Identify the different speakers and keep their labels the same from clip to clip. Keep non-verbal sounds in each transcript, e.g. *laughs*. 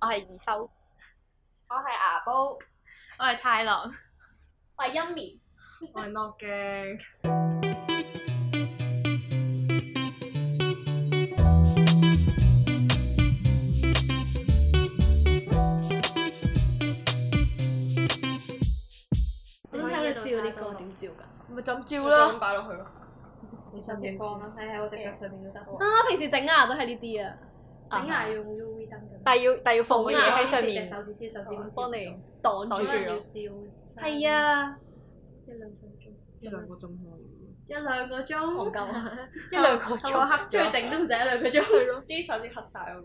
Speaker 1: 係二修，
Speaker 2: 我係牙煲，
Speaker 1: 我係太郎。
Speaker 2: 我係陰面。
Speaker 3: 我係落鏡。
Speaker 4: 我想睇佢照呢個點照㗎？
Speaker 3: 咪就咁照
Speaker 2: 就
Speaker 3: 啦
Speaker 2: 咁，擺落去咯。
Speaker 3: 你想
Speaker 1: 地
Speaker 3: 點
Speaker 1: 方
Speaker 3: 照？
Speaker 1: 咁睇喺我隻腳上面都得。
Speaker 4: 啊，平時整牙都係呢啲啊，
Speaker 1: 整牙
Speaker 2: 用 UV 燈㗎
Speaker 1: 但係要但係要放個
Speaker 4: 好
Speaker 1: 嘢
Speaker 4: 難
Speaker 1: 喺上面，
Speaker 2: 指先手
Speaker 1: 幫你
Speaker 4: 擋
Speaker 1: 擋住
Speaker 4: 咯。
Speaker 1: 咯。
Speaker 2: 照
Speaker 4: 係，啊，
Speaker 2: 一兩分鐘，
Speaker 3: 一兩個鐘可以。
Speaker 2: 一兩個
Speaker 4: 戇
Speaker 2: 鐘，
Speaker 4: 鳩 *laughs* 啊！
Speaker 1: 一兩個
Speaker 2: 趁我
Speaker 1: 鐘，
Speaker 2: 黑咗，
Speaker 1: 頂
Speaker 2: 都唔使一兩個鐘。係咯，啲手指黑晒喎。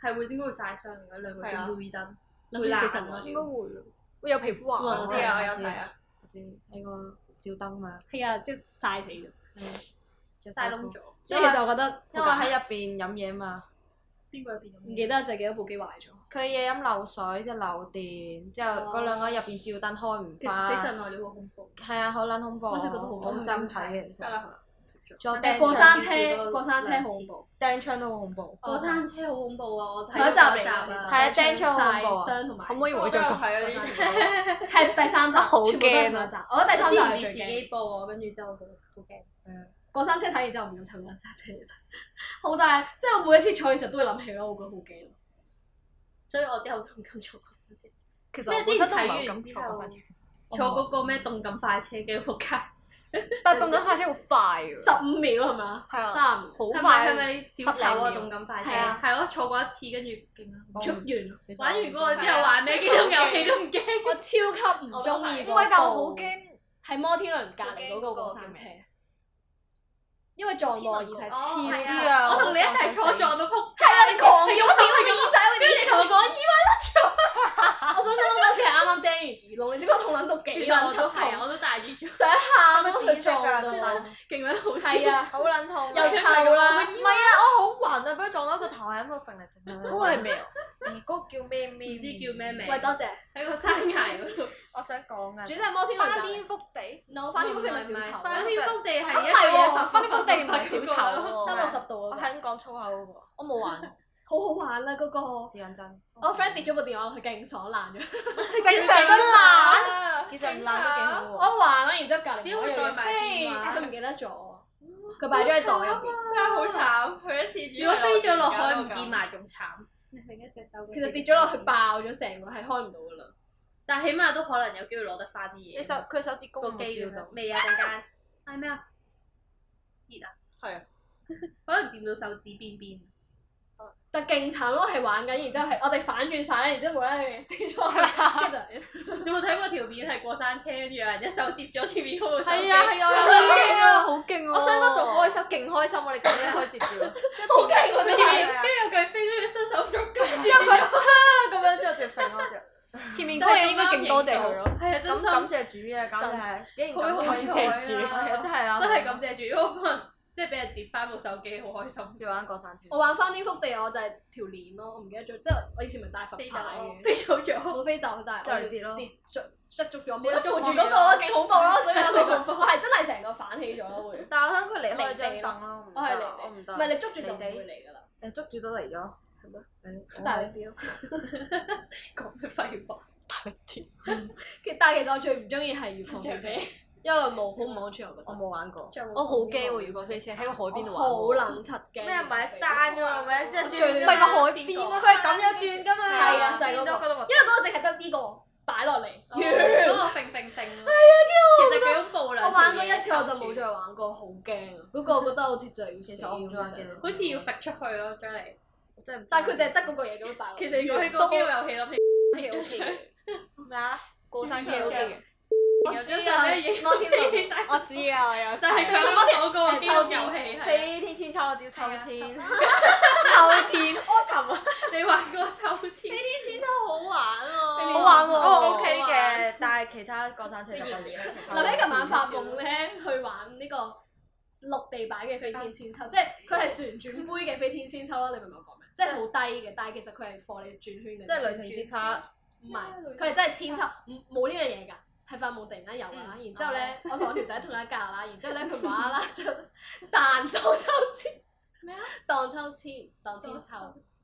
Speaker 3: 係會應該會曬傷嘅兩
Speaker 2: 係啊
Speaker 3: 個 U V 燈。
Speaker 4: 諗住死神咯，
Speaker 1: 應該會咯，會有皮膚
Speaker 4: 會
Speaker 1: 癌
Speaker 4: 啊
Speaker 2: 我
Speaker 1: 啊。
Speaker 2: 知啊，我有睇啊，
Speaker 3: 我知喺個照燈嘛，
Speaker 4: 係啊，即係曬死咗。
Speaker 2: 晒窿。咗。
Speaker 4: 所以其實我覺得，
Speaker 3: 因為喺入邊飲嘢嘛，
Speaker 2: 邊個入邊
Speaker 4: 唔記得就係幾多部機壞咗。
Speaker 3: 佢嘢飲漏水即係漏電，之後
Speaker 2: 哦
Speaker 3: 嗰兩個喺入邊照燈開唔
Speaker 2: 其實
Speaker 3: 翻。
Speaker 2: 死神來了好恐怖。
Speaker 3: 係啊，好撚恐怖。
Speaker 4: 我真係覺得好
Speaker 3: 我唔真睇嘅，其
Speaker 2: 得
Speaker 1: 啊
Speaker 3: 實。
Speaker 2: 啦，
Speaker 3: 仲有
Speaker 4: 但
Speaker 3: 掟
Speaker 4: 係過山
Speaker 3: 槍
Speaker 4: 車，過山車好恐
Speaker 1: 哦
Speaker 4: 怖。
Speaker 3: 掟槍都好恐怖。哦
Speaker 2: 過山車好恐怖啊！我睇
Speaker 4: 佢一集嚟㗎，其實
Speaker 2: 啊，
Speaker 3: 係啊釘槍好恐怖啊
Speaker 4: 曬傷同埋
Speaker 1: 可唔可以
Speaker 2: 我
Speaker 1: 我
Speaker 2: 都
Speaker 1: 再
Speaker 2: 有
Speaker 1: 講
Speaker 2: 睇啊呢啲。
Speaker 4: 過山車係第
Speaker 2: *laughs*
Speaker 4: 三集，
Speaker 1: 好驚啊
Speaker 4: 全部都係同一集。我覺得第三集係
Speaker 2: 自
Speaker 4: 最
Speaker 2: 己
Speaker 4: 驚。
Speaker 2: 播啊，跟住之後嗯好好驚。
Speaker 1: 嗯
Speaker 4: 過山車睇完之後唔敢睇過山車，其實好大，即係我每一次坐其實都會諗起咯，我覺得好驚。
Speaker 2: 啊所以我之後都唔敢坐過山車。
Speaker 1: 其實
Speaker 2: 咩
Speaker 1: 我
Speaker 2: 之前
Speaker 1: 本身都唔
Speaker 2: 睇
Speaker 1: 係好
Speaker 2: 完
Speaker 1: 敢
Speaker 2: 之
Speaker 1: 坐過山車
Speaker 2: 後，，坐嗰個咩動感快車嘅仆街，
Speaker 1: 但係
Speaker 2: *laughs*
Speaker 1: 動感快車好快㗎。
Speaker 4: 十五秒係咪啊？
Speaker 1: 係啊
Speaker 4: 三好
Speaker 2: 係咪係
Speaker 4: 快，
Speaker 2: 咪小丑啊？
Speaker 1: 十零秒
Speaker 2: 動感快車
Speaker 4: 係啊
Speaker 2: 係我坐過一次，跟住勁啊！
Speaker 4: 捉完。
Speaker 2: 玩完嗰個之後
Speaker 1: 係啊
Speaker 2: 玩咩機動遊戲都唔驚。
Speaker 4: 我超級唔中意
Speaker 1: 唔
Speaker 4: 嗰部
Speaker 1: 係，但我好驚。
Speaker 4: 係摩天輪隔離嗰個過山車，因為撞落而就係
Speaker 2: 哦
Speaker 4: 黐
Speaker 2: 係
Speaker 3: 知啊
Speaker 2: 我同你一齊坐撞到仆街，
Speaker 4: 係啊！你狂叫我屌佢耳仔，我
Speaker 2: 跟住你同我講耳
Speaker 4: 我想講嗰時係啱啱釘完耳窿，你啊知唔知我痛撚到幾
Speaker 2: 其實
Speaker 4: 撚
Speaker 2: 我都
Speaker 4: 出
Speaker 2: 係，啊
Speaker 4: 痛，
Speaker 2: 我都戴住咗，
Speaker 4: 想喊
Speaker 3: 係
Speaker 4: 咯
Speaker 3: 啊咪紫
Speaker 4: 佢
Speaker 3: 色
Speaker 4: 撞
Speaker 3: 㗎
Speaker 4: 到
Speaker 3: 個，燈？
Speaker 2: 勁撚好笑。
Speaker 4: 係啊，
Speaker 3: 好撚痛。
Speaker 4: 又臭啦
Speaker 3: 唔係啊，我好暈啊，俾佢撞到個頭係咁喺度揈嚟揈去。
Speaker 1: 嗰個係咩啊？
Speaker 3: 誒嗰個叫咩咩？
Speaker 2: 唔知叫咩名
Speaker 4: 喂多謝，
Speaker 2: 喺個山崖嗰度。
Speaker 3: 我想講㗎
Speaker 4: 主。要係摩天輪隔離。
Speaker 1: 覆地，
Speaker 4: no，翻天覆地咪小丑，
Speaker 2: 翻天覆地係
Speaker 4: 啊唔
Speaker 2: 一
Speaker 4: 係
Speaker 2: 個
Speaker 4: 喎
Speaker 2: 嘢發
Speaker 1: 翻天覆地唔係小
Speaker 2: 發發
Speaker 1: 丑
Speaker 3: *laughs*
Speaker 1: 喎
Speaker 4: 三六十度
Speaker 3: 我
Speaker 4: 啊，
Speaker 3: 哦係咁講粗口嗰個，
Speaker 1: 我冇
Speaker 3: *laughs*
Speaker 1: 玩。
Speaker 4: 好好玩啊啦嗰個。
Speaker 3: 字眼真。
Speaker 4: 我 friend 跌咗部電話落去，勁爽爛咗。
Speaker 1: 正常都難。
Speaker 3: 其實唔爛都幾好
Speaker 4: 我
Speaker 3: 喎。
Speaker 4: 還啦，然之後隔離
Speaker 2: 點
Speaker 4: 我
Speaker 2: 會
Speaker 4: 有
Speaker 2: 代
Speaker 4: 嘢
Speaker 2: 埋
Speaker 4: 飛，
Speaker 2: 電話
Speaker 4: 佢唔記得咗，佢擺咗喺袋入邊。
Speaker 2: 真係好慘，佢一次如果飛咗落海唔見埋仲慘。另一隻手
Speaker 4: 其實跌咗落去，爆咗成個，係開唔到噶啦。
Speaker 2: 但起碼都可能有機會攞得翻啲嘢。
Speaker 3: 你手佢手指公
Speaker 2: 個
Speaker 3: 唔
Speaker 2: 機咁
Speaker 3: 照
Speaker 2: 樣
Speaker 3: 到，
Speaker 2: 未啊？陣間係咩啊？熱啊！
Speaker 1: 係啊，
Speaker 2: 可能掂到手指邊邊。
Speaker 4: 但勁慘咯，係玩緊，然之後係我哋反轉晒咧，然之後無啦啦有嘢飛咗落去，跟住
Speaker 2: 你有冇睇過條片係過山車，跟住有人一手接咗前面嗰部手機？
Speaker 3: 係啊係啊，我有
Speaker 1: 好
Speaker 3: 睇
Speaker 1: 勁
Speaker 3: 啊
Speaker 1: 啊！好勁啊！
Speaker 3: 我想講仲開心，勁開心我哋咁樣開接住咯，
Speaker 4: 就好勁嗰
Speaker 2: 佢
Speaker 4: 啲
Speaker 2: 前
Speaker 4: 係
Speaker 2: 面
Speaker 4: 啊
Speaker 2: 跟住佢飛咗佢伸手捉緊，
Speaker 3: 之後佢哈 *laughs* 咁樣之後就揈開咗。
Speaker 1: 前面嗰個應該勁多謝佢咯。
Speaker 2: 係啊，
Speaker 3: 咁感謝主嘅，簡直係竟然
Speaker 2: 好
Speaker 3: 咁
Speaker 2: 好
Speaker 3: 開
Speaker 2: 彩
Speaker 3: 心，
Speaker 1: 感謝主
Speaker 3: 係啊真係啊，
Speaker 2: 真係感謝住，如果可能即係俾人接翻部手機，好開心。
Speaker 3: 仲玩過山車，
Speaker 4: 我玩翻天覆地，我就係條鏈咯，我唔記得咗。即係我以前咪戴佛牌
Speaker 2: 飛走
Speaker 4: 嘅，
Speaker 2: 飛走咗，
Speaker 4: 冇飛走，但係我
Speaker 3: 就係跌咯
Speaker 4: 跌咗，執足咗，冇得扶住嗰個咯，勁恐怖咯，所以我
Speaker 2: 好
Speaker 4: 成
Speaker 2: 恐怖
Speaker 4: 個我係真係成個反起咗咯會。
Speaker 3: 但係我諗佢離開張凳咯，唔
Speaker 4: 我係
Speaker 3: 得
Speaker 4: 離，
Speaker 3: 我唔得，
Speaker 4: 唔係你捉住就唔
Speaker 3: 離地
Speaker 4: 會嚟㗎啦，
Speaker 3: 你捉住都嚟咗，係咩？哦
Speaker 4: 大力啲咯。
Speaker 2: 講咩廢話？
Speaker 4: 其但係其實我最唔中意係越礦飛車，因為冇好唔安全，我覺
Speaker 3: 我
Speaker 4: 得。
Speaker 3: 冇玩過。
Speaker 1: 我好驚喎！如果飛車喺個海邊度
Speaker 4: 我
Speaker 1: 玩
Speaker 4: 好
Speaker 1: 喎，
Speaker 4: 撚柒嘅。
Speaker 3: 咩唔係山㗎嘛？咪即係轉
Speaker 4: 最
Speaker 1: 唔
Speaker 3: 㗎
Speaker 1: 係個
Speaker 3: 嘛
Speaker 1: 海邊
Speaker 2: 邊個
Speaker 1: 嗰
Speaker 3: 佢係咁樣轉㗎嘛？
Speaker 4: 係啊就係嗰個
Speaker 3: 見到嗰個
Speaker 4: 因為嗰個淨係得呢個擺落嚟，
Speaker 2: 嗰
Speaker 4: 完。
Speaker 2: 個揈揈揈，係啊，其實幾恐怖啦！
Speaker 4: *laughs* 我玩過一次我就冇再玩過，好驚啊！嗰個我覺得好似就係要死
Speaker 3: 其實我唔
Speaker 4: 咁
Speaker 3: 中意玩
Speaker 4: 樣。
Speaker 3: 嘅，
Speaker 2: 好似要揈出去咯，將嚟。
Speaker 3: 我真係唔中意。
Speaker 4: 但係佢淨係得嗰個嘢咁樣擺落嚟。
Speaker 2: 其實如果喺個機遊戲諗起，
Speaker 1: 好似
Speaker 3: 咩啊？
Speaker 1: 過山車 OK 嘅。
Speaker 4: 我
Speaker 2: 有
Speaker 4: 知
Speaker 2: 張
Speaker 4: 啊
Speaker 2: 相俾影，
Speaker 4: 摩天
Speaker 2: *laughs*
Speaker 4: 輪
Speaker 1: 我知啊，我有。
Speaker 2: 但係佢諗到個機遊戲係。
Speaker 3: 飛天千秋，我屌秋天。
Speaker 1: 秋天，我琴啊，
Speaker 2: 你玩過秋天？
Speaker 3: 天秋好玩喎
Speaker 1: 好玩喎
Speaker 3: 哦 OK 嘅，但係其他過山車就不如。
Speaker 4: 諗起琴晚發夢咧，去玩呢個陸地版嘅飛天千秋，即係佢係旋轉杯嘅飛天千秋啦。你明唔明我講咩？即係好低嘅，但係其實佢係放你轉圈嘅。
Speaker 3: 即係雷霆之拍，
Speaker 4: 唔係，佢係真係千秋，唔冇呢樣嘢㗎。係發夢突然間有啦，然之後咧，我同我條仔同一架啦，然之後咧佢無啦啦就彈盪秋千，
Speaker 2: 咩啊？
Speaker 4: 盪秋千，盪千秋，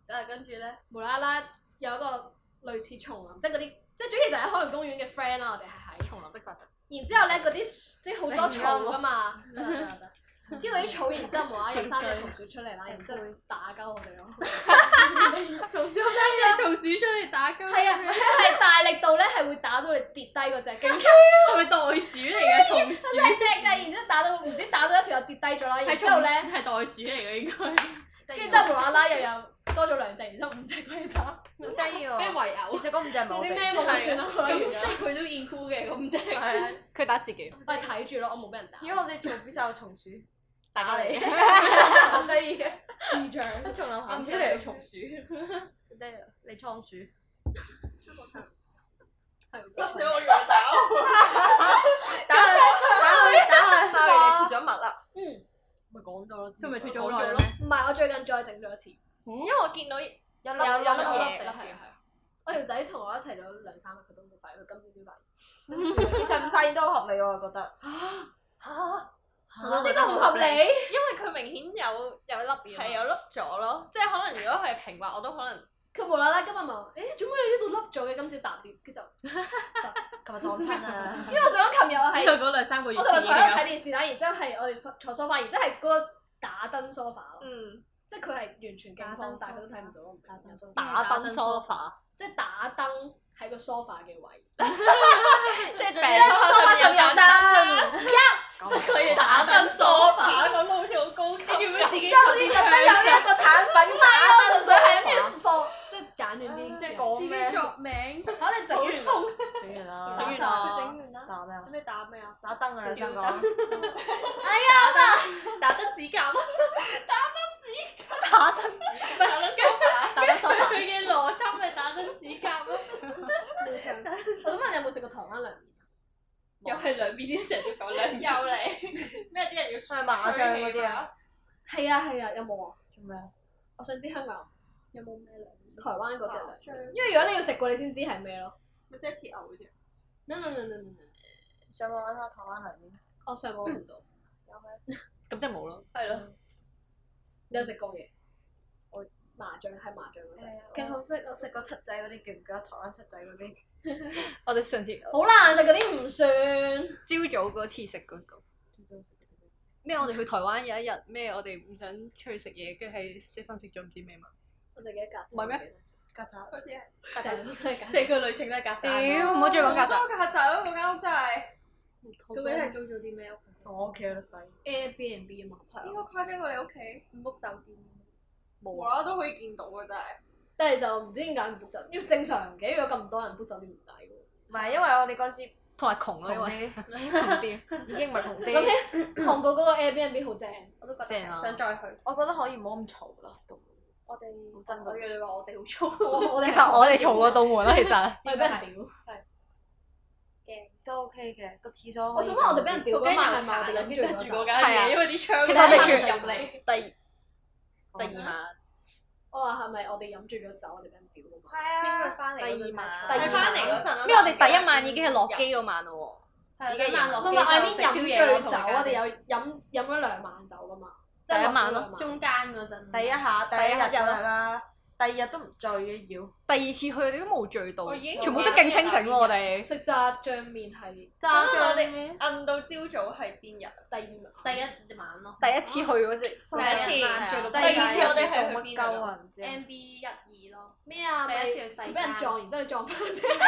Speaker 2: 啊跟住咧，
Speaker 4: 無啦啦有一個類似叢林，即係嗰啲，即係總之就係海洋公園嘅 friend 啦，我哋係喺叢
Speaker 2: 叢林的法則。
Speaker 4: 林，然之後咧嗰啲即係好多草噶嘛，得得得得，跟住嗰啲草，然之後無啦啦有三隻松鼠出嚟啦，然之後會打鳩我哋咯。
Speaker 2: 重新
Speaker 3: 松鼠出嚟打交，
Speaker 4: 係啊，係大力度咧係會打到你跌低嗰只，勁
Speaker 3: 係咪袋鼠嚟嘅
Speaker 4: *laughs*
Speaker 3: 松鼠？
Speaker 4: 大隻㗎，然之後打到唔知打到一條又跌低咗啦，然
Speaker 3: 係
Speaker 4: 之後
Speaker 3: 松
Speaker 4: 咧，
Speaker 3: 係袋鼠嚟嘅應該。
Speaker 4: 跟住之後無啦啦又有多咗兩隻，然之後五隻佢打，
Speaker 1: 好低
Speaker 3: Ờ.
Speaker 1: 喎。
Speaker 2: 咩唯有
Speaker 1: 其？實嗰五隻唔係
Speaker 4: 唔
Speaker 1: 我
Speaker 4: 知
Speaker 1: 哋。
Speaker 4: 咩冇就算啦，好啦完
Speaker 2: 咁即
Speaker 4: 咗
Speaker 2: 係佢都 include 嘅，咁即係
Speaker 1: 係啊，
Speaker 3: 佢打自己，
Speaker 4: 我係睇住咯，我冇俾人打，
Speaker 1: 因為我哋做比就松鼠，
Speaker 3: 打你。
Speaker 1: 好低嘅，
Speaker 4: *laughs* 智障。
Speaker 1: 仲有
Speaker 2: 我
Speaker 1: 行
Speaker 2: 唔
Speaker 1: 出
Speaker 2: 知你有
Speaker 1: 嚟，
Speaker 2: 松鼠。
Speaker 1: 低啊你倉鼠。
Speaker 4: 係
Speaker 2: 我以為打我。
Speaker 1: 打佢，打佢，打佢。
Speaker 2: 咗物啦。
Speaker 4: 嗯，
Speaker 1: 咪講咗咯，
Speaker 3: 佢咪脫咗好耐咯
Speaker 1: 咩？
Speaker 4: 唔係，我最近再整咗一次，
Speaker 1: 因為我見到有
Speaker 4: 有
Speaker 1: 粒有
Speaker 4: 粒
Speaker 1: 粒
Speaker 4: 嘢，
Speaker 1: 嘢
Speaker 4: 係
Speaker 1: 粒
Speaker 4: 啊係
Speaker 1: 嘢。
Speaker 4: 啊。我條仔同我一齊咗兩三日，佢都冇發現，佢今朝先發現。
Speaker 1: 其實唔發現都好合理喎，我覺得。
Speaker 4: 嚇呢個唔合理。
Speaker 2: 因為佢明顯有有粒係有粒咗咯，即係可能如果係平滑，我都可能
Speaker 4: 佢無啦啦今日問我，誒做咩你呢度凹咗嘅？今朝搭 lift，佢就
Speaker 1: 琴日撞親啊！
Speaker 4: *laughs* 因為我想講琴日我
Speaker 3: 喺
Speaker 4: 係。
Speaker 3: 度嗰兩三個月
Speaker 4: 我同佢
Speaker 3: 前
Speaker 4: 坐喺度睇
Speaker 3: 已經有
Speaker 4: 電視啦，然之後係我哋坐 sofa，然之後係嗰個打燈 sofa 咯，
Speaker 2: 嗯
Speaker 4: 即係佢係完全勁放大，佢都睇唔到，我唔明有冇
Speaker 3: 打燈
Speaker 1: sofa，
Speaker 4: 即係打燈喺個 sofa 嘅位，
Speaker 2: 即係病
Speaker 1: 上面有燈，
Speaker 2: 佢打燈 sofa 咁好似好高級。你要唔要自己
Speaker 1: 因為呢特登有呢一個產品打
Speaker 4: 我純粹係咁樣放，即係揀遠啲，
Speaker 1: 即係講咩？
Speaker 2: 作名？
Speaker 4: 可能整完
Speaker 2: 痛。
Speaker 1: 整完啦
Speaker 2: 整完
Speaker 4: 啦
Speaker 2: 整完啦。
Speaker 1: 打咩啊？
Speaker 2: 咩打咩啊？
Speaker 1: 打燈啊！你想
Speaker 2: 照
Speaker 1: 講
Speaker 4: 哎
Speaker 2: 打得指甲。
Speaker 1: 打燈，
Speaker 2: 打得指甲。
Speaker 1: 打燈手法。
Speaker 2: 佢嘅邏輯係打得指甲咯。
Speaker 4: *laughs* 我想問你有冇食過台灣涼
Speaker 2: 啊
Speaker 4: 麵？
Speaker 2: 又係兩邊啲成日都講兩邊。又嚟咩？啲人要
Speaker 1: 係麻將嗰啲啊？
Speaker 4: 係啊係啊，有冇啊？
Speaker 1: 做咩啊？
Speaker 4: 我想知香港、
Speaker 2: 有冇咩兩？
Speaker 4: 台灣嗰隻涼麵，
Speaker 2: 將
Speaker 4: 因為如果你要食過，你先知係咩咯。
Speaker 2: 咪即係鐵牛嗰啲。
Speaker 4: no no no no no no，
Speaker 1: 上網揾下台灣涼面。
Speaker 4: 我上網揾唔到，
Speaker 3: 咁即係冇咯。
Speaker 2: 嗯係咯。
Speaker 4: 你有食過嘅？我麻醬係麻醬
Speaker 2: 啊
Speaker 4: 嗰隻。
Speaker 1: 勁好食！我食過七仔嗰啲，記唔記得台灣七仔嗰啲？
Speaker 3: 我哋上次
Speaker 4: 好難食嗰啲唔算。
Speaker 3: 朝早嗰次食嗰個咩？我哋去台灣有一日咩？我哋唔想出去食嘢，跟住喺食飯食咗唔知咩嘛。
Speaker 4: 我哋嘅格
Speaker 3: 唔係咩？
Speaker 1: 曱甴。
Speaker 2: 好似係。
Speaker 4: 成個都係格仔，
Speaker 2: 四個旅程都係曱甴。
Speaker 3: 屌，唔好再講曱甴。
Speaker 1: 多曱甴咯，嗰間屋真係。
Speaker 4: 唔同
Speaker 2: 究竟係租咗啲咩屋？
Speaker 1: 同我屋企有得揮。
Speaker 4: Airbnb 啊嘛，
Speaker 2: 應
Speaker 4: 係
Speaker 2: 該
Speaker 4: 啊。
Speaker 2: 誇張過你屋企五屋
Speaker 3: 啊
Speaker 2: 酒店，無
Speaker 3: 冇啊！
Speaker 2: 啦啦都可以見到嘅真係。
Speaker 4: 但係就唔知點解唔 book 酒店，因為正常嘅，如果咁多人 book 酒店唔抵喎。
Speaker 1: 唔係，因為我哋嗰時
Speaker 3: 同埋窮啊咯，因為
Speaker 1: 同
Speaker 3: *laughs* 窮啲。
Speaker 1: 你已經唔係同
Speaker 4: 諗
Speaker 1: 啲，
Speaker 4: 起韓國嗰個 Airbnb 好正，
Speaker 2: 我都覺
Speaker 3: 正啊
Speaker 2: 想再去。
Speaker 1: *laughs* 我覺得可以唔好咁嘈啦。都
Speaker 2: 我哋好
Speaker 1: 真㗎
Speaker 2: 我以為你話我哋好粗
Speaker 4: 我我哋
Speaker 3: 其
Speaker 4: 係
Speaker 3: 實我哋嘈過道門啦，其實。
Speaker 4: 我哋俾人屌。
Speaker 2: 嘅，
Speaker 1: 都 OK 嘅，個廁所可
Speaker 4: 我
Speaker 1: 以
Speaker 4: 想問我哋俾人屌嗰晚係咪我哋飲醉
Speaker 2: 跟住嗰
Speaker 4: 嗰陣？
Speaker 2: 間嘢，因為啲窗
Speaker 3: 其實我哋
Speaker 2: 全
Speaker 3: 全
Speaker 2: 入嚟。
Speaker 3: 第二第二晚，
Speaker 4: 我話係咪我哋飲醉咗酒，我哋俾人屌嗰晚？
Speaker 2: 係
Speaker 3: 啊
Speaker 2: 應該翻嚟嗰陣
Speaker 3: 第二晚
Speaker 2: 但係翻嚟嗰陣，啊
Speaker 3: 因為我哋第一晚已經係落機，嗰晚咯
Speaker 2: 係第一晚
Speaker 4: 唔
Speaker 2: 落
Speaker 4: 係唔
Speaker 2: 機
Speaker 4: 係，I mean
Speaker 2: 就
Speaker 4: 飲
Speaker 2: 食宵
Speaker 4: 醉
Speaker 2: 夜咯
Speaker 4: 酒，我哋有飲飲咗兩晚酒噶嘛，即係
Speaker 3: 第一晚咯
Speaker 4: 落咗兩
Speaker 2: 同中間嗰陣。
Speaker 1: 第一下，第一日嗰日啦，第二日都唔醉嘅要。
Speaker 3: 喎。第二次去我哋都冇醉到
Speaker 2: 我已經，
Speaker 3: 全部都勁清醒咯，我哋。
Speaker 4: 食炸醬麵係第
Speaker 2: 咁我
Speaker 1: 第
Speaker 2: 哋摁到朝早係邊日？啊
Speaker 4: 二晚。
Speaker 2: 第一晚咯。
Speaker 3: 第一次去嗰時，
Speaker 2: 第一次
Speaker 3: 係
Speaker 2: 第二
Speaker 3: 啊
Speaker 2: 次我哋係
Speaker 1: 做乜鳩啊？唔知。
Speaker 2: B 一二咯。
Speaker 4: 咩啊？咪
Speaker 2: 第一次去世界
Speaker 4: 俾人撞，然之後你撞翻條
Speaker 3: 啊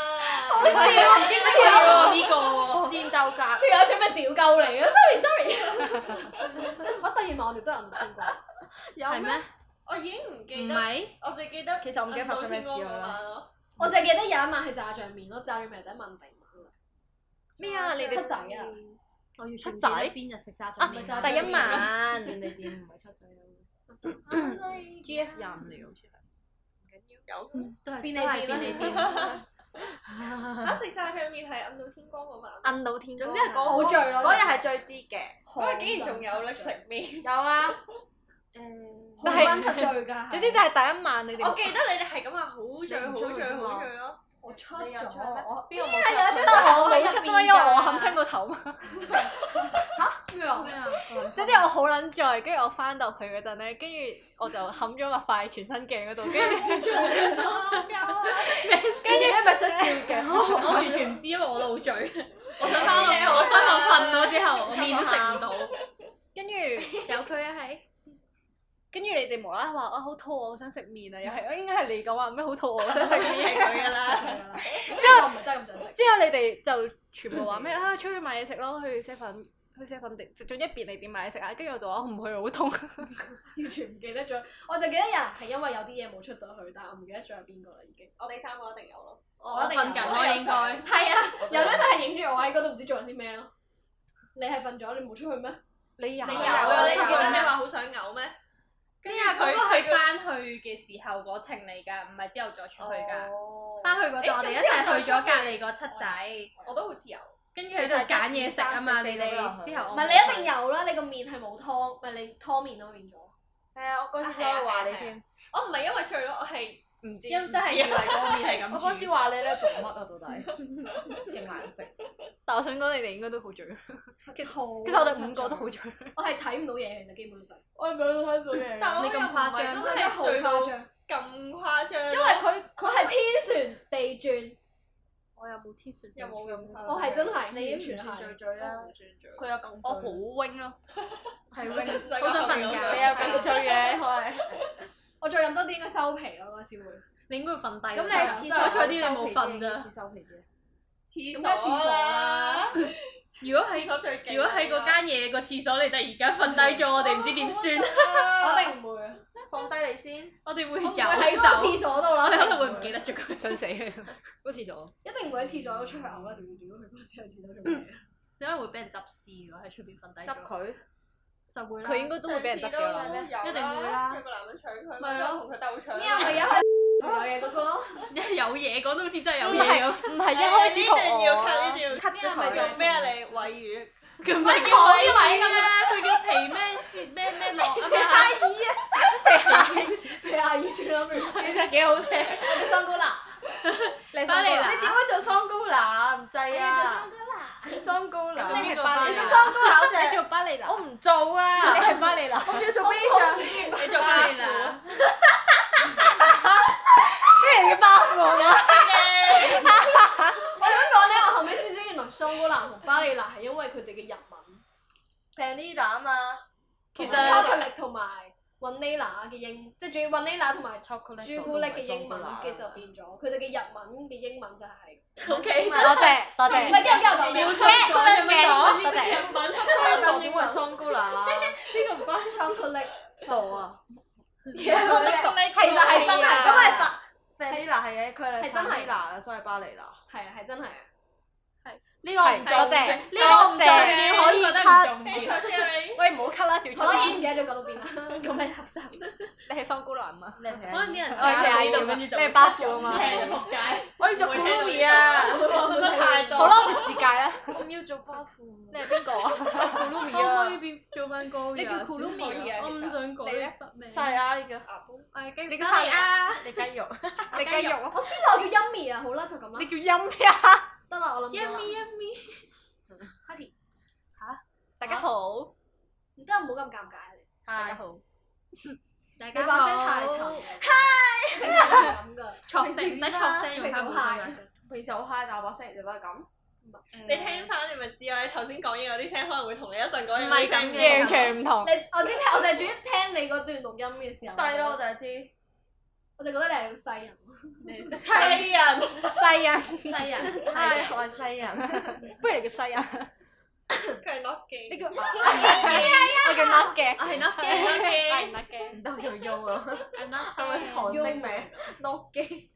Speaker 2: *laughs* 好
Speaker 4: 笑
Speaker 2: 已經試過呢
Speaker 1: *laughs* 戰鬥格。
Speaker 4: 友做咩屌鳩嚟嘅？sorry sorry。我第二晚我哋都有唔傾過，
Speaker 2: 個。有咩？
Speaker 3: 咩？
Speaker 2: 我已經唔記
Speaker 3: 唔
Speaker 2: 得，
Speaker 3: 係，
Speaker 2: 我淨記得
Speaker 1: 其實我唔記得發生
Speaker 3: 啊
Speaker 1: 咩事啦。
Speaker 2: 啦。
Speaker 4: 我就係記得有一晚係炸醬麵咯，炸醬麵第一晚定晚
Speaker 3: 咩啊你哋
Speaker 4: 七仔啊？
Speaker 2: 我要
Speaker 3: 七仔
Speaker 2: 邊日食炸
Speaker 3: 啊
Speaker 4: 唔係炸
Speaker 3: 第一晚
Speaker 1: 你哋店唔係出咗啦。
Speaker 3: G S 廿五嚟好似
Speaker 2: 有
Speaker 3: 都係
Speaker 4: 便利店啦，便利店。
Speaker 2: 啊！食炸醬麵係暗到天光嗰晚，
Speaker 3: *laughs* 摁到天光
Speaker 1: 總
Speaker 3: 啊。
Speaker 1: 之係嗰
Speaker 4: 好醉咯
Speaker 1: 嗰日係醉啲嘅。
Speaker 2: 嗰日竟然仲有力食麵。
Speaker 1: 有啊。
Speaker 3: 誒，
Speaker 4: 好
Speaker 3: 但
Speaker 4: 撚
Speaker 3: 係
Speaker 4: 七醉㗎。
Speaker 3: *laughs* 總之就係第一晚你哋
Speaker 2: 我記得你哋係咁話好醉、好醉、好醉咯。
Speaker 4: 我出咗，
Speaker 1: 你又出咩
Speaker 4: 我
Speaker 3: 啊
Speaker 1: 邊個
Speaker 4: 有一
Speaker 1: 冇出？
Speaker 4: 張就係
Speaker 3: 我
Speaker 4: 我
Speaker 3: 冇
Speaker 4: 冇
Speaker 3: 出啊
Speaker 4: 出
Speaker 3: 啫嘛，因為我冚親個頭嘛。
Speaker 4: 嚇，咩啊？
Speaker 1: 咩啊？
Speaker 3: *laughs* 總之我好撚醉，跟住我翻到去嗰陣咧，跟住我就冚咗落塊全身鏡嗰度，跟住 *laughs* 先做。
Speaker 1: 跟住你咪想照
Speaker 3: *laughs*
Speaker 1: 鏡？
Speaker 2: 我完全唔知，因為我都好醉。我想翻屋企，我翻學瞓咗之後，我面都食唔到。
Speaker 3: *laughs* 跟住
Speaker 2: 有佢啊，係。
Speaker 3: 跟住你哋無啦啦話啊好肚餓，我想食麵啊，又係應該係你講話咩好肚餓，我想食麵係佢㗎啦。 *laughs*
Speaker 4: 即係我唔係真係咁想食。
Speaker 3: 之後你哋就全部話 *laughs* 咩啊出去買嘢食咯，去食粉。去食粉定，總之便利店買嘢食啊！跟住我就話我唔去，好痛。
Speaker 4: 完全唔記得咗，我就記得有人係因為有啲嘢冇出到去，但係我唔記得咗有邊個啦已經。
Speaker 1: 我哋三個一定有咯。
Speaker 2: 我瞓緊咯，應該。
Speaker 4: 係啊，有張相係影住我喺嗰度，唔知做緊啲咩咯。你係瞓咗，你冇出去咩？
Speaker 3: 你有
Speaker 1: 你
Speaker 2: 你
Speaker 1: 有啊你記得你
Speaker 2: 話
Speaker 1: 好想嘔咩？
Speaker 2: 跟住佢佢翻去嘅時候嗰程嚟㗎，唔係之後再出去㗎。翻去嗰陣，我哋一齊去咗隔離個七仔，
Speaker 1: 我都好似有。
Speaker 2: 跟住佢就揀嘢食啊嘛。
Speaker 1: 你
Speaker 2: 你
Speaker 1: 哋
Speaker 2: 哋
Speaker 1: 之
Speaker 2: 之
Speaker 1: 後
Speaker 2: 後
Speaker 4: 唔係你一定有啦，你個面係冇湯，唔係你湯面咯變咗。
Speaker 1: 係啊，我嗰次都話你添。
Speaker 2: 我唔係因為醉咯，我係
Speaker 3: 唔知。
Speaker 2: 因真係以為嗰面係咁。
Speaker 1: 我嗰時話你咧做乜啊？到
Speaker 3: *laughs*
Speaker 1: 底勁難食。
Speaker 3: 但我想講你哋應該都好醉。
Speaker 4: 其實
Speaker 3: 其實我哋五個都好醉。
Speaker 4: 我係睇唔到嘢，其實基本上。
Speaker 1: 我係咪都睇到嘢
Speaker 2: 但我
Speaker 4: 你
Speaker 2: 又
Speaker 4: 咁
Speaker 2: 唔
Speaker 4: 誇
Speaker 2: 係
Speaker 4: 張，
Speaker 2: 真
Speaker 4: 真係
Speaker 2: 係
Speaker 4: 好
Speaker 2: 醉到
Speaker 4: 誇
Speaker 2: 咁
Speaker 4: 張。
Speaker 2: 誇張，因
Speaker 1: 因為佢
Speaker 4: 我係天旋地轉，
Speaker 3: 我有冇 T 恤？
Speaker 2: 有冇咁誇張？
Speaker 4: 我係真係
Speaker 1: 你已
Speaker 4: 完
Speaker 1: 經
Speaker 4: 全
Speaker 1: 唔算醉
Speaker 4: 係。
Speaker 1: 醉啦，佢有咁
Speaker 3: 我好 wing 咯。
Speaker 1: 係 wing，
Speaker 2: 好想瞓覺。
Speaker 3: 你有咁醉嘅，我係。
Speaker 4: 啊我再飲多啲應該收皮咯，嗰時會。
Speaker 2: 你應該會瞓低。
Speaker 1: 咁你喺廁所
Speaker 2: 所以啲你冇瞓
Speaker 1: 喺
Speaker 2: 啫。
Speaker 1: 廁所皮啫。
Speaker 2: 廁
Speaker 4: 所啦
Speaker 2: 如果喺如果喺嗰間嘢個廁所，你突然間瞓低咗，我哋唔知點算。
Speaker 4: 我一定唔會，啊
Speaker 1: 放低你先。
Speaker 2: 我哋啊
Speaker 4: 我
Speaker 2: 會
Speaker 4: 唔
Speaker 2: 有
Speaker 4: 會喺嗰個廁所度啦，
Speaker 2: 我哋可
Speaker 4: 一定
Speaker 2: 能會唔記，得咗佢。
Speaker 3: 想死啊！嗰廁所。
Speaker 4: 一定唔會喺廁所度出去嘔啦，直接屌佢嗰時喺廁所做嘢。
Speaker 2: 點解會俾人執屍？如果喺出邊瞓低
Speaker 1: 執
Speaker 2: 咗，
Speaker 1: 佢。
Speaker 2: 就會啦。
Speaker 3: 佢應該
Speaker 2: *laughs*
Speaker 3: 都會俾人執嘅啦。
Speaker 2: 一定會啦。
Speaker 1: 個男人搶佢
Speaker 2: 咪咯
Speaker 1: 同佢鬥搶
Speaker 4: 咩啊？咪有喺做嘢嗰個咯，
Speaker 2: 有嘢講到好似真係有
Speaker 3: 唔
Speaker 2: 嘢
Speaker 3: 係
Speaker 2: 咁。
Speaker 3: 唔係一開始同我。
Speaker 1: 條，cut 咗
Speaker 4: 咩啊咪
Speaker 1: 佢。
Speaker 4: 就係咩啊你
Speaker 1: 鮪魚？
Speaker 2: 佢唔
Speaker 4: 係
Speaker 2: 係
Speaker 4: 叫
Speaker 2: 叫
Speaker 4: 我
Speaker 2: 我
Speaker 4: 呢位
Speaker 2: 位
Speaker 4: 㗎
Speaker 2: 㗎啦，佢叫皮咩咩咩落啊嘛。
Speaker 4: 俾阿姨算啦，不如我
Speaker 2: 啊
Speaker 3: 其實幾好聽。
Speaker 4: 哋桑高拿，
Speaker 3: 你
Speaker 2: 巴厘
Speaker 1: 你點會做桑高拿？唔制啊！
Speaker 4: 高拿，
Speaker 1: 桑高拿，
Speaker 2: 咁
Speaker 3: 你
Speaker 2: 你
Speaker 3: 係
Speaker 2: 係
Speaker 3: 巴
Speaker 2: 巴
Speaker 3: 厘
Speaker 2: 厘
Speaker 3: 娜
Speaker 2: 娜
Speaker 1: 桑高拿我
Speaker 3: 你
Speaker 1: 哋，
Speaker 3: 做巴厘娜，
Speaker 1: 我唔做啊！
Speaker 3: 你係巴厘娜。
Speaker 1: 我要做 B
Speaker 2: 啊
Speaker 1: 場，你做
Speaker 2: 巴厘娜
Speaker 3: 咩嚟嘅包 *laughs* 袱啊？
Speaker 4: 我想講咧，我後尾先知原來桑高拿同巴利娜係因為佢哋嘅日文，
Speaker 1: Panida 啊嘛。
Speaker 2: 其
Speaker 4: 其
Speaker 2: 實
Speaker 4: 實 chocolate 同埋 vanilla 嘅英，即係仲要 vanilla 同埋朱古力嘅英文，跟住就變咗佢哋嘅日文嘅英文就係。
Speaker 2: O K，
Speaker 3: 多謝多
Speaker 4: 唔
Speaker 3: 謝。
Speaker 4: 係，今日講咩？
Speaker 3: 咩咩講？多謝。
Speaker 1: 日文香
Speaker 4: *laughs*
Speaker 1: 港點會係桑高
Speaker 3: *laughs*
Speaker 1: 拿？
Speaker 2: 呢個唔關。
Speaker 4: chocolate
Speaker 1: 度啊！
Speaker 3: 其
Speaker 4: 其
Speaker 3: 實
Speaker 4: 實係啊真係，
Speaker 1: 咁
Speaker 4: 咁
Speaker 1: 係
Speaker 4: 係
Speaker 1: 巴 Panida 係嘅，佢係
Speaker 4: 係真係
Speaker 1: Panida 所以巴厘娜。
Speaker 4: 係啊係真係啊，
Speaker 1: 呢個唔重要，
Speaker 3: 多謝
Speaker 1: 呢個唔重要，可以
Speaker 2: 覺得唔
Speaker 1: cut。
Speaker 2: 重要。
Speaker 3: 喂，唔好咳啦，條出
Speaker 4: 我已經唔記得咗講到邊啦。
Speaker 2: 咁咪垃圾。
Speaker 3: 你係桑高蘭嘛？
Speaker 1: 你係
Speaker 2: 可能啲人
Speaker 3: 我係阿姨
Speaker 2: 度，跟住就
Speaker 3: 你係包袱啊嘛。
Speaker 2: 仆街。
Speaker 1: 我要做 Gloomy
Speaker 3: à?
Speaker 1: 啊！
Speaker 4: 我得 *laughs* 太
Speaker 3: 好啦，我哋自介啦。
Speaker 1: 我要做包褲。
Speaker 3: 你係邊個啊
Speaker 2: 可唔可以變做翻高
Speaker 3: 你叫 Kurumi 啊
Speaker 2: 我唔想
Speaker 3: 其實你
Speaker 2: 改
Speaker 3: 咧
Speaker 2: 筆名。
Speaker 1: 晒啊！呢個
Speaker 4: 哎
Speaker 2: 係跟
Speaker 3: 你
Speaker 2: 住
Speaker 3: 個細啊，
Speaker 1: 你雞肉。
Speaker 3: 你雞肉啊，
Speaker 4: 我知道我叫 Yummy 啊，好啦，就咁
Speaker 3: 你
Speaker 4: 啦，
Speaker 3: 叫音啊！
Speaker 4: 得啦，我諗到啦
Speaker 2: Yummy Yummy。
Speaker 4: 開始，
Speaker 3: 大家好，
Speaker 4: 唔得，唔好咁尷尬
Speaker 1: À.
Speaker 4: 啊你，
Speaker 3: 大家好。
Speaker 2: 大
Speaker 4: 你把聲太沉啦， *laughs* 平時唔係咁噶，
Speaker 2: 錯聲唔使錯聲，
Speaker 4: 平時好 high，
Speaker 1: 平時好 high，但係把聲嚟都係咁。
Speaker 2: 你聽翻你咪知啦。你頭先講嘢嗰啲聲可能會同你一陣講嘢
Speaker 3: 唔
Speaker 2: 嗰啲
Speaker 3: 係
Speaker 2: 聲
Speaker 3: 咁嘅，
Speaker 2: 嘅
Speaker 3: 完全唔同。
Speaker 4: 你我知，我就係主要聽你嗰段錄音嘅時候，
Speaker 1: 低咯，我就係知。
Speaker 4: 我就覺得你係個西人，
Speaker 1: 西人，
Speaker 3: 西人，
Speaker 2: 西人
Speaker 4: à?
Speaker 1: 唉，我係西人。
Speaker 3: 不如你叫西人。
Speaker 2: 佢係 lock
Speaker 3: 你
Speaker 2: 機，
Speaker 3: 叫我叫 Mark 嘅。
Speaker 2: 我係 lock 機
Speaker 3: 係 Mark 嘅。
Speaker 1: 唔得做 U 啊！
Speaker 2: ，I'm not
Speaker 1: 係咪韓式名？諾基。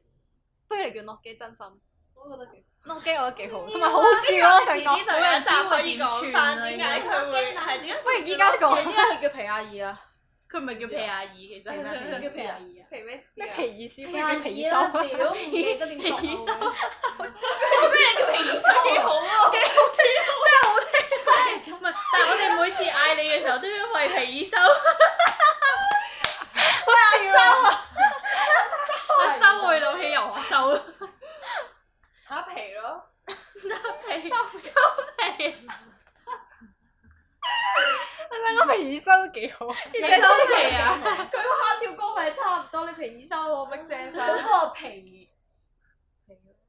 Speaker 3: 不如你叫 Mark 機真心。
Speaker 4: 我都覺得幾。
Speaker 3: Mark 機我覺得幾好，同埋好好笑咯，成
Speaker 2: 呢
Speaker 3: 個。
Speaker 2: 就有一集可以講翻點解佢會係點解
Speaker 3: 不如依家講
Speaker 1: 點解佢叫皮阿爾啊？
Speaker 2: 佢唔係叫皮阿爾，其實
Speaker 1: 係
Speaker 4: 叫
Speaker 1: 咩
Speaker 2: 係
Speaker 4: 皮阿姨啊！
Speaker 1: 皮咩事
Speaker 3: *laughs* 咩皮爾斯，不
Speaker 4: 皮
Speaker 3: 如
Speaker 4: 阿
Speaker 3: 叫
Speaker 4: 姨
Speaker 3: 皮
Speaker 4: 啦，
Speaker 3: 手。
Speaker 4: 屌唔記得點讀啊
Speaker 2: 皮手
Speaker 4: 我我俾你叫皮手，
Speaker 1: 幾 *laughs* 好
Speaker 2: *laughs*
Speaker 1: 啊！
Speaker 2: 真係唔係，但係我哋每次嗌你嘅時候都要為皮爾收，
Speaker 4: 真係唔
Speaker 2: 想
Speaker 4: 得
Speaker 2: 收回到氣由我收
Speaker 1: 打皮咯。
Speaker 2: 皮收皮。
Speaker 1: 皮修喎，make
Speaker 4: *laughs*
Speaker 1: sense
Speaker 4: 嗰
Speaker 1: 啊
Speaker 4: 個皮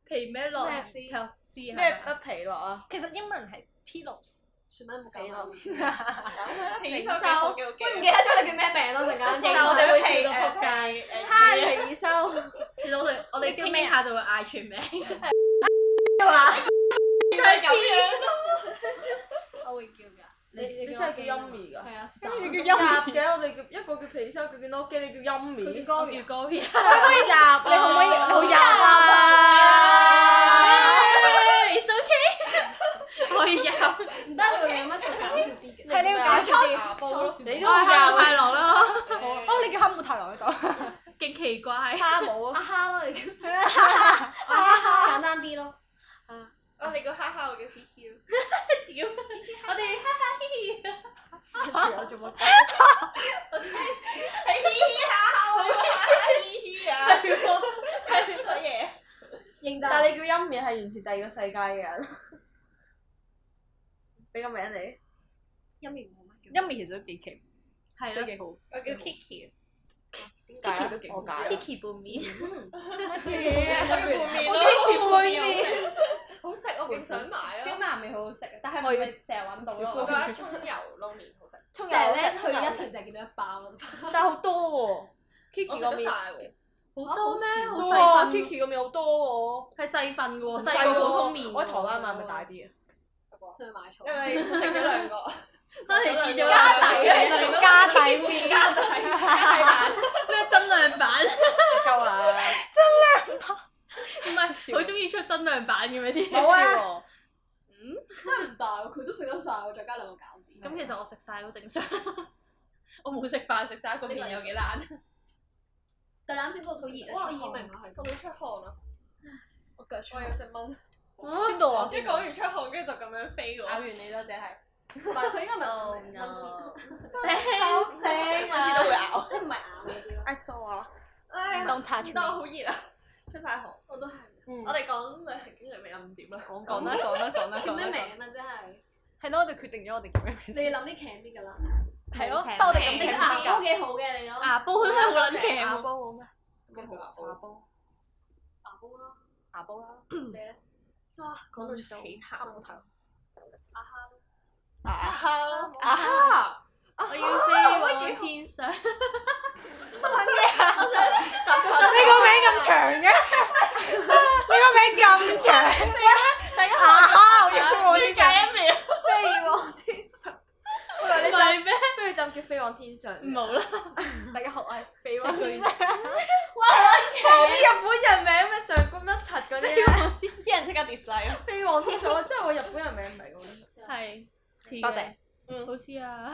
Speaker 2: 皮咩落
Speaker 4: 咩
Speaker 2: 試
Speaker 4: 絲
Speaker 2: 下試
Speaker 1: 咩
Speaker 2: 下
Speaker 1: 乜皮樂啊？
Speaker 3: 其實英文係 pillows，
Speaker 4: 算啦，冇搞
Speaker 3: 皮
Speaker 4: 啦。
Speaker 3: 樂。
Speaker 1: 皮
Speaker 2: 皮
Speaker 1: 修
Speaker 2: 修
Speaker 1: 幾好幾好幾
Speaker 4: 唔
Speaker 1: 好
Speaker 4: 記得咗你叫咩名咯，陣間
Speaker 1: 我
Speaker 4: 我
Speaker 1: 哋
Speaker 4: 哋會
Speaker 1: 皮
Speaker 4: 笑
Speaker 1: 誒
Speaker 4: 到仆街。
Speaker 1: 皮誒
Speaker 2: 嗨，皮修。其實我哋我哋傾傾下就會嗌全名。
Speaker 1: 上次
Speaker 4: 我會叫㗎。
Speaker 1: 你真係
Speaker 4: 叫我
Speaker 1: 叫
Speaker 4: 記得
Speaker 1: Yummy 㗎
Speaker 4: 係啊，
Speaker 1: 跟住
Speaker 4: 佢
Speaker 1: 你叫音嘅，我哋叫一個叫皮修，佢叫 no 你叫音
Speaker 4: 佢
Speaker 1: 面。
Speaker 4: 叫
Speaker 2: 我叫
Speaker 4: Gory
Speaker 2: 歌片。
Speaker 1: 可以答，你可唔可以好入啊？
Speaker 2: It's okay。可以有。
Speaker 4: 唔得，你會諗一個搞笑啲嘅。
Speaker 3: 係你要搞笑啲
Speaker 1: 牙煲你
Speaker 2: 你
Speaker 1: 都
Speaker 2: 都係
Speaker 1: 入
Speaker 2: 快樂啦，
Speaker 3: 哦，你叫黑姆太郎嗰種。
Speaker 2: 勁奇怪。
Speaker 1: 哈姆
Speaker 4: 阿
Speaker 1: 啊！
Speaker 4: 哈咯，你叫。簡單啲咯。
Speaker 1: 我哋叫哈哈，我叫 P Q。
Speaker 2: 屌！我哋哈哈嘻嘻。
Speaker 3: 條友做乜？
Speaker 1: 係嘻嘻哈哈，我叫哈哈嘻嘻啊！係邊個嘢？
Speaker 4: 認
Speaker 1: *laughs* 但
Speaker 4: 得。
Speaker 1: 係你叫音面係完全第二個世界嘅
Speaker 3: *laughs*
Speaker 1: 人。俾個名你。
Speaker 4: 音面冇乜叫。
Speaker 3: 音面其實都幾奇，
Speaker 2: 係
Speaker 3: 所
Speaker 2: 咯
Speaker 3: 以幾好。
Speaker 1: 我叫 Kiki。點解
Speaker 3: Kiki
Speaker 1: 啊
Speaker 3: 都幾好
Speaker 1: 我解啊。
Speaker 2: ，Kiki 半面。
Speaker 1: 我面
Speaker 3: 我
Speaker 1: 咯。
Speaker 3: Kiki 會面。
Speaker 1: 好食，我勁想買
Speaker 4: 椒
Speaker 1: 啊！
Speaker 4: 麻味好好食嘅，但係
Speaker 3: 我
Speaker 4: 唔
Speaker 3: 要
Speaker 4: 係成日揾到
Speaker 3: 小
Speaker 1: 我
Speaker 3: 夫
Speaker 1: 覺
Speaker 4: 咯。
Speaker 1: 得葱油撈麵好食，
Speaker 4: 成
Speaker 1: 葱
Speaker 4: 日咧去
Speaker 1: 葱油
Speaker 4: 一條就見到一包咯。
Speaker 1: 但係好多喎。
Speaker 3: 我
Speaker 1: Kiki
Speaker 3: 食得
Speaker 1: 個面
Speaker 3: 晒喎
Speaker 2: 好多咩？好
Speaker 1: 多啊
Speaker 2: 細份。
Speaker 1: ！Kiki 個面好多
Speaker 2: 係細份嘅
Speaker 1: 喎，
Speaker 2: 喎，細過普通面。
Speaker 1: 我喺台灣買咪大。啲啊？
Speaker 4: 去買錯。
Speaker 1: 咪食咗兩 *laughs* 個？
Speaker 2: 我哋見咗
Speaker 4: 加底
Speaker 2: 啊
Speaker 4: 嘅，你
Speaker 3: 家底
Speaker 4: 面加底，加底版。
Speaker 2: 咩增量版？
Speaker 1: 夠啦！
Speaker 2: 唔係，好中意出增量版嘅咩啲？
Speaker 3: Dạ.
Speaker 1: 冇啊！
Speaker 4: 真係唔大喎，佢都食得晒喎，再加兩個餃子。
Speaker 2: 咁其實我食晒都 *laughs* 正常，我冇食飯食晒個面有幾難。
Speaker 4: 但係啱先嗰個好熱，哇！耳鳴啊，
Speaker 1: 個
Speaker 4: 係
Speaker 1: 面出汗啊！
Speaker 4: 我腳出
Speaker 1: 我有隻蚊，
Speaker 3: 邊度啊？
Speaker 1: 一講完出汗，跟住就咁樣飛
Speaker 2: 咬
Speaker 1: 喎。
Speaker 2: 完你咯，只係。
Speaker 4: 唔係佢應該 *laughs* 唔係蚊
Speaker 3: 收聲
Speaker 1: 蚊子都會咬。
Speaker 4: 即係唔係咬嗰啲咯。
Speaker 1: I saw 啊！唉，
Speaker 3: Don't touch
Speaker 1: 唔得，
Speaker 3: me
Speaker 1: 好熱啊！ *laughs* 出晒汗。
Speaker 4: 我都係
Speaker 3: 嗯
Speaker 1: 我哋講旅行經歷未啊？五點啦，講
Speaker 3: 講啦講啦講啦
Speaker 4: 叫
Speaker 3: 講
Speaker 4: 咩
Speaker 3: 啦。
Speaker 4: 名啊？真 *laughs* 係
Speaker 3: 係咯，我哋決定咗我哋叫咩
Speaker 4: 你
Speaker 3: 名先。
Speaker 4: 諗啲強啲㗎啦。
Speaker 3: 係咯，
Speaker 2: 平
Speaker 3: 不過我哋
Speaker 4: 你個
Speaker 3: 咁定
Speaker 4: 牙
Speaker 3: 㗎
Speaker 4: 膏。幾好嘅，你諗
Speaker 2: 牙煲真係好撚
Speaker 4: 牙
Speaker 2: 勁喎，
Speaker 4: 煲好咩？
Speaker 1: 咁好
Speaker 3: 牙煲，
Speaker 4: 牙膏啦，
Speaker 3: 牙煲啦。
Speaker 4: 你咧
Speaker 3: 啊，講到起黑姆太郎。
Speaker 4: 阿哈咯，
Speaker 3: 牙
Speaker 1: 哈啦，啊哈！
Speaker 4: 啊
Speaker 2: 我要飛往
Speaker 4: *laughs*
Speaker 2: 天上。
Speaker 4: 我想咧
Speaker 3: 你個名咁長嘅，你個名咁長，
Speaker 1: 大家
Speaker 3: 牙哈！我要我
Speaker 2: 咩解一秒？
Speaker 1: 飛往天上。我話
Speaker 2: 唔
Speaker 1: 你就
Speaker 2: 係咩？
Speaker 1: 不如就叫飛往天上。
Speaker 2: 冇啦，
Speaker 1: 大家好，我係飛往天上。
Speaker 4: 哇好
Speaker 1: 啲日本人名咩上官乜柒嗰啲啊，啲人即刻 dislike。飛往天上，我真係我日本人名唔係咁。
Speaker 2: 係。似嘅
Speaker 3: 多謝。
Speaker 1: 嗯
Speaker 2: 好似啊。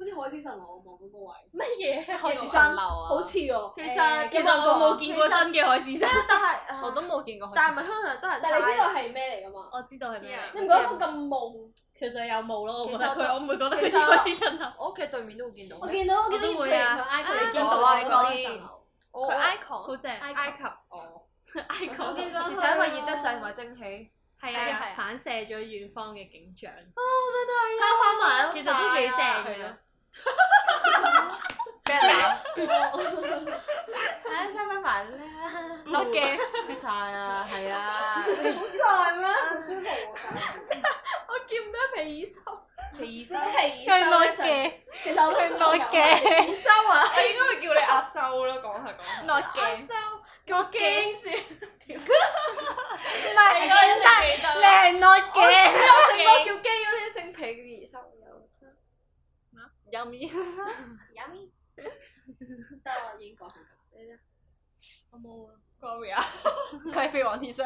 Speaker 4: 似海市蜃樓啊望嗰個位，
Speaker 2: 乜嘢？
Speaker 1: *laughs*
Speaker 4: 海
Speaker 3: 市
Speaker 4: 市
Speaker 3: 蜃
Speaker 4: 蜃樓
Speaker 3: 樓啊
Speaker 4: 好似喎。
Speaker 1: 其實
Speaker 2: 其實我冇見過真嘅海市蜃。
Speaker 1: 但係啊
Speaker 3: 我都冇見過。
Speaker 1: 但係咪香港人都係
Speaker 4: 但係你知道係咩嚟㗎嘛？
Speaker 2: 我知道係
Speaker 1: 知啊
Speaker 2: 咩
Speaker 4: 你。唔覺得佢咁夢？
Speaker 2: 其實有冇咯，我覺得
Speaker 1: 其實
Speaker 2: 佢，我唔會覺得佢
Speaker 1: 其
Speaker 2: 似
Speaker 1: 實
Speaker 2: 海市蜃啊樓。
Speaker 1: 我屋企對面都會見到
Speaker 4: 我。見到我見到
Speaker 2: 我都
Speaker 4: 葉
Speaker 2: 會
Speaker 4: 翠
Speaker 2: 啊
Speaker 4: 玲佢 icon 見到
Speaker 3: 啊見到
Speaker 4: 我
Speaker 3: icon
Speaker 4: 海市蜃樓，
Speaker 1: 我
Speaker 3: 佢 icon，
Speaker 2: 好正
Speaker 4: 埃及
Speaker 1: 哦，
Speaker 4: 我記
Speaker 2: ，icon
Speaker 4: 得佢啊
Speaker 1: 而且因為熱得滯同埋蒸氣，
Speaker 2: 係
Speaker 3: 係啊係
Speaker 2: 啊
Speaker 3: 啊，
Speaker 2: 反射咗遠方嘅景象，
Speaker 4: 啊
Speaker 1: 收翻埋都
Speaker 2: 其實都
Speaker 3: à?
Speaker 2: 幾正
Speaker 1: 啊！
Speaker 2: 嘅。
Speaker 3: 俾
Speaker 1: *laughs*
Speaker 3: 人鬧，À,
Speaker 1: 唉，收翻埋啦，
Speaker 3: 落嘅。
Speaker 1: 曬啊，係啊，
Speaker 4: 好曬咩？好舒服喎！
Speaker 1: 我見唔到皮收，
Speaker 2: 皮醫
Speaker 4: 真
Speaker 2: 生，
Speaker 4: 係
Speaker 3: 佢落
Speaker 4: 熱
Speaker 3: 嘅，
Speaker 4: 其實我都
Speaker 3: 佢落嘅，
Speaker 1: 皮收啊！我應該會叫你阿修啦，講下講 *laughs* 下。
Speaker 3: 落
Speaker 1: 阿
Speaker 3: 嘅。
Speaker 1: 修，我驚住，
Speaker 3: 唔係，
Speaker 1: 記
Speaker 3: 你係落嘅。
Speaker 1: 我成個叫基咗你姓皮嘅二修有。
Speaker 3: 有面。
Speaker 4: Yummy 得啦，已經講好啦。
Speaker 1: 你咧
Speaker 2: 我冇啊。
Speaker 1: ，Gloria，
Speaker 3: 佢係飛往天上。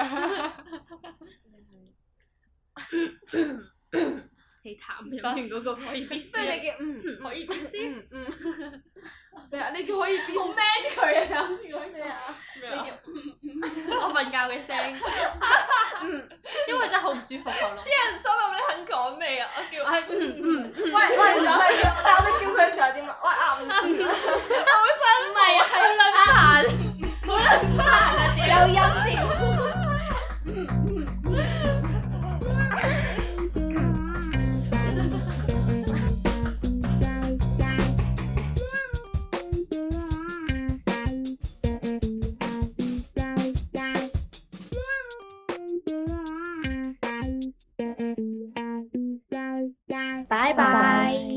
Speaker 2: 你淡飲完嗰個可以必
Speaker 1: *laughs* 即係
Speaker 2: 須。
Speaker 1: 你嘅嗯， *laughs* 可以嗯嗯，你啊，你叫可以變
Speaker 4: 好 match 佢啊！如果咩啊？
Speaker 1: 咩
Speaker 4: 你
Speaker 1: 啊？
Speaker 2: *laughs*
Speaker 4: 叫
Speaker 2: 我瞓覺嘅聲，因為真係好唔舒服喉嚨。
Speaker 1: 啲人心諗你肯講咩啊？我
Speaker 2: 我
Speaker 1: 叫
Speaker 2: 係嗯嗯，
Speaker 1: 喂喂，唔係，但我哋叫佢嘅時候點啊？喂啊唔
Speaker 2: 唔係啊，係兩排。
Speaker 4: 有音調。
Speaker 5: Hãy subscribe cho kênh Ghiền Mì Gõ Để không bỏ lỡ
Speaker 2: 拜拜。